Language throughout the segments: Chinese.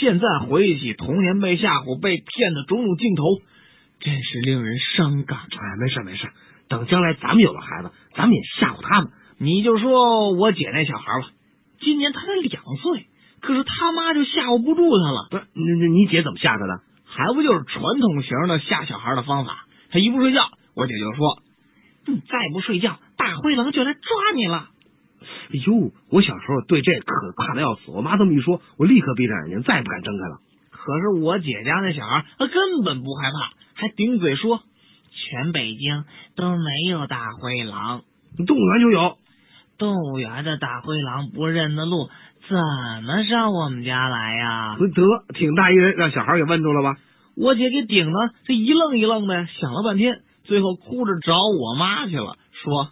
现在回忆起童年被吓唬、被骗的种种镜头，真是令人伤感。哎，没事没事，等将来咱们有了孩子，咱们也吓唬他们。你就说我姐那小孩吧，今年她才两岁，可是她妈就吓唬不住她了。不是，你你你姐怎么吓他的？还不就是传统型的吓小孩的方法？她一不睡觉，我姐就说：“你再不睡觉，大灰狼就来抓你了。哎呦，我小时候对这可怕的要死，我妈这么一说，我立刻闭上眼睛，再也不敢睁开了。”可是我姐家那小孩，他根本不害怕，还顶嘴说：“全北京都没有大灰狼，动物园就有，动物园的大灰狼不认得路，怎么上我们家来呀、得挺大一人，让小孩给问住了吧？我姐给顶的，这一愣一愣的，想了半天，最后哭着找我妈去了，说：“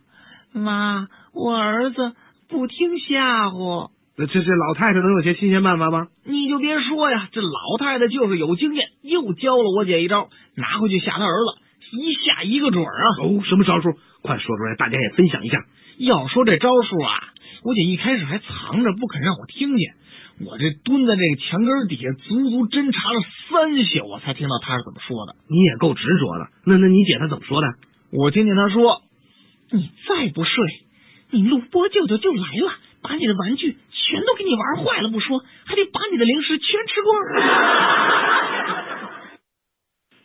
妈，我儿子不听吓唬。那这这老太太能有些新鲜办法吗？”你就别说呀，这老太太就是有经验，又教了我姐一招，拿回去吓她儿子，一下一个准儿啊！哦，什么招数？快说出来，大家也分享一下。要说这招数啊，我姐一开始还藏着不肯让我听见，我这蹲在这个墙根底下，足足侦查了三宿，我才听到她是怎么说的。你也够执着的。那那你姐她怎么说的？我听见他说：“你再不睡，你陆波舅舅就来了，把你的玩具全都给你玩坏了不说，还得把你的零食全吃光。”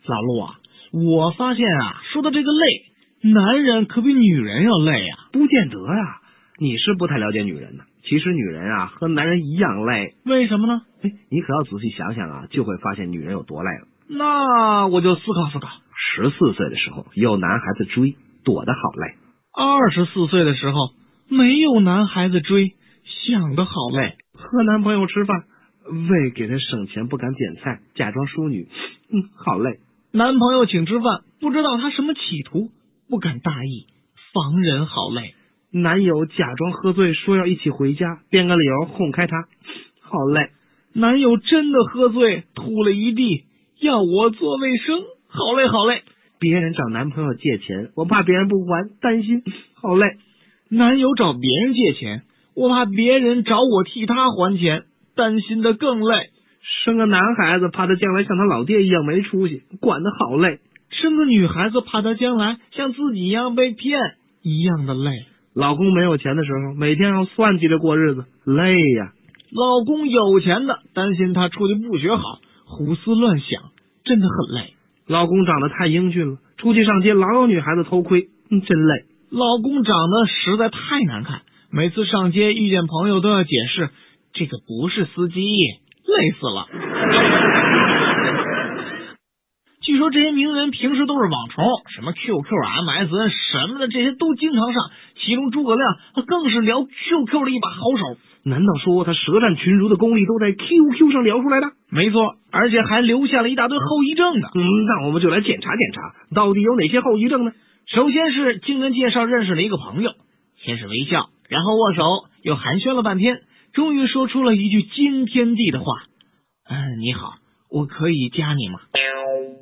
老陆啊，我发现啊，说到这个累，男人可比女人要累啊。不见得呀、你是不太了解女人的。其实女人啊和男人一样累，为什么呢？哎，你可要仔细想想啊，就会发现女人有多累了。那我就思考思考。十四岁的时候有男孩子追，躲得好累。二十四岁的时候，没有男孩子追，想的好累。和男朋友吃饭，为给他省钱不敢点菜，假装淑女，嗯，好累。男朋友请吃饭，不知道他什么企图，不敢大意，防人好累。男友假装喝醉，说要一起回家，编个理由哄开她，好累。男友真的喝醉，吐了一地，要我做卫生，好累好累。别人找男朋友借钱，我怕别人不还，担心，好累。男友找别人借钱，我怕别人找我替他还钱，担心的更累。生个男孩子，怕他将来像他老爹一样没出息，管得好累。生个女孩子，怕她将来像自己一样被骗，一样的累。老公没有钱的时候，每天要算计着过日子，累呀。老公有钱的，担心他出去不学好，胡思乱想，真的很累。老公长得太英俊了，出去上街老有女孩子偷窥，嗯，真累。老公长得实在太难看，每次上街遇见朋友都要解释这个不是司机，累死了。据说这些名人平时都是网虫，什么 QQ、MSN 什么的，这些都经常上。其中诸葛亮他更是聊 QQ 的一把好手，难道说他舌战群儒的功力都在 QQ 上聊出来的？没错，而且还留下了一大堆后遗症呢。嗯，那我们就来检查检查，到底有哪些后遗症呢？首先是经人介绍认识了一个朋友，先是微笑，然后握手，又寒暄了半天，终于说出了一句惊天地的话：“嗯，你好，我可以加你吗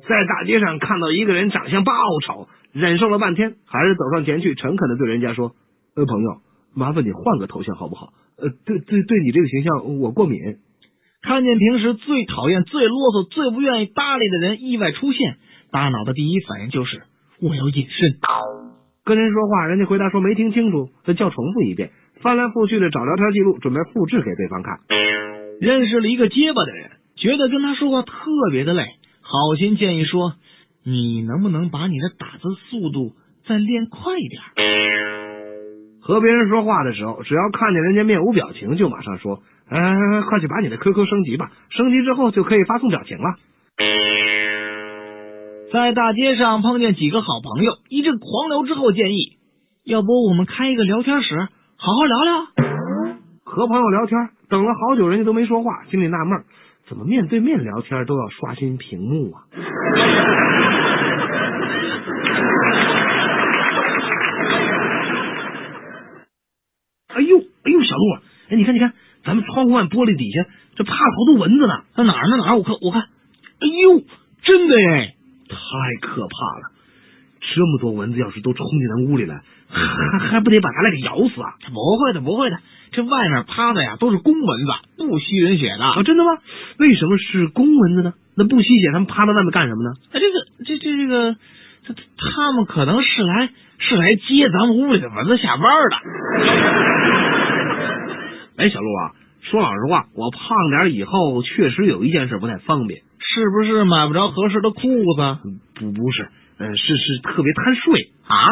在大街上看到一个人长相爆丑，忍受了半天，还是走上前去，诚恳的对人家说：“呃，朋友，麻烦你换个头像好不好？呃，对对对，你这个形象我过敏。”？”看见平时最讨厌、最啰嗦、最不愿意搭理的人意外出现，大脑的第一反应就是我要隐身。跟人说话，人家回答说没听清楚，再叫重复一遍，翻来覆去的找聊天记录，准备复制给对方看。认识了一个结巴的人，觉得跟他说话特别的累，好心建议说：“你能不能把你的打字速度再练快一点儿？”和别人说话的时候，只要看见人家面无表情，就马上说：“哎，快去把你的 QQ 升级吧，升级之后就可以发送表情了。”在大街上碰见几个好朋友，一阵狂聊之后，建议，要不我们开一个聊天室，好好聊聊。和朋友聊天，等了好久，人家都没说话，心里纳闷儿，怎么面对面聊天都要刷新屏幕啊？ 哎呦，哎呦，小鹿啊，哎，你看，你看，咱们窗户外玻璃底下这怕头都蚊子呢，那哪儿呢？哪儿？我看，我看，哎呦，真的哎！太可怕了！这么多蚊子要是都冲进咱屋里来，还还不得把咱俩给咬死啊？不会的，不会的，这外面趴的呀都是公蚊子，不吸人血的。啊，真的吗？为什么是公蚊子呢？那不吸血，他们趴到外面干什么呢？哎，这个这这这个，他他们可能是来是来接咱们屋里的蚊子下班的。哎，小陆啊，说老实话，我胖点儿以后确实有一件事不太方便，是不是买不着合适的裤子不不是，呃，是是特别贪睡，啊？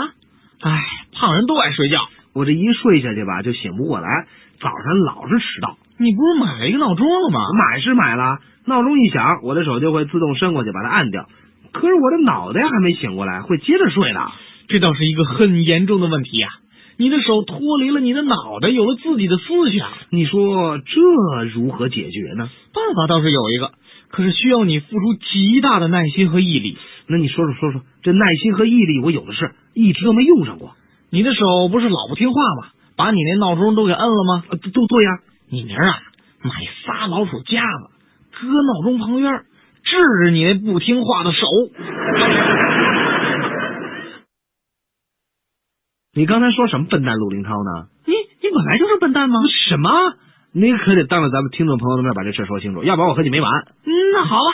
哎，胖人都爱睡觉。我这一睡下去吧就醒不过来，早上老是迟到。你不是买了一个闹钟了吗？买是买了，闹钟一响，我的手就会自动伸过去把它按掉，可是我的脑袋还没醒过来，会接着睡的。这倒是一个很严重的问题呀、你的手脱离了你的脑袋，有了自己的思想。你说这如何解决呢？办法倒是有一个，可是需要你付出极大的耐心和毅力。那你说说说说，这耐心和毅力我有的是，一直都没用上过。你的手不是老不听话吗？把你那闹钟都给摁了吗？啊，对对对呀、你明儿啊，买仨老鼠夹子，搁闹钟旁边，治治你那不听话的手。你刚才说什么笨蛋陆林涛呢？你你本来就是笨蛋吗？什么？你可得当着咱们听众朋友的面把这事儿说清楚，要不然我和你没完。嗯那好吧，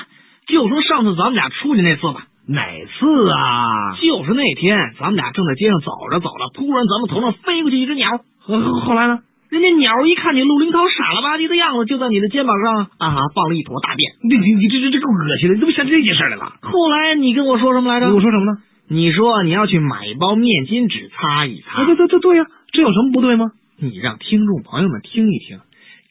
就说上次咱们俩出去那次吧。哪次啊？就是那天，咱们俩正在街上走着走着，突然咱们头上飞过去一只鸟。后后来呢？人家鸟一看你陆林涛傻了吧唧的样子，就在你的肩膀上啊哈放了一坨大便。你你你这这这够恶心的，你怎么想起这件事来了？后来你跟我说什么来着？我说什么呢？你说你要去买一包面巾纸擦一擦啊，。对对对对呀、这有什么不对吗？你让听众朋友们听一听，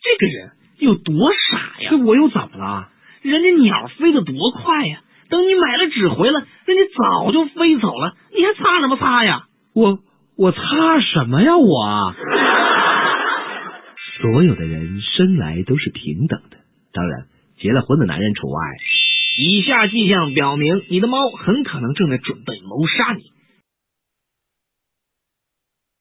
这个人有多傻呀这？我又怎么了？人家鸟飞得多快呀！等你买了纸回来，人家早就飞走了，你还擦什么擦呀？我我擦什么呀我？啊 所有的人生来都是平等的，当然结了婚的男人除外。以下迹象表明，你的猫很可能正在准备谋杀你。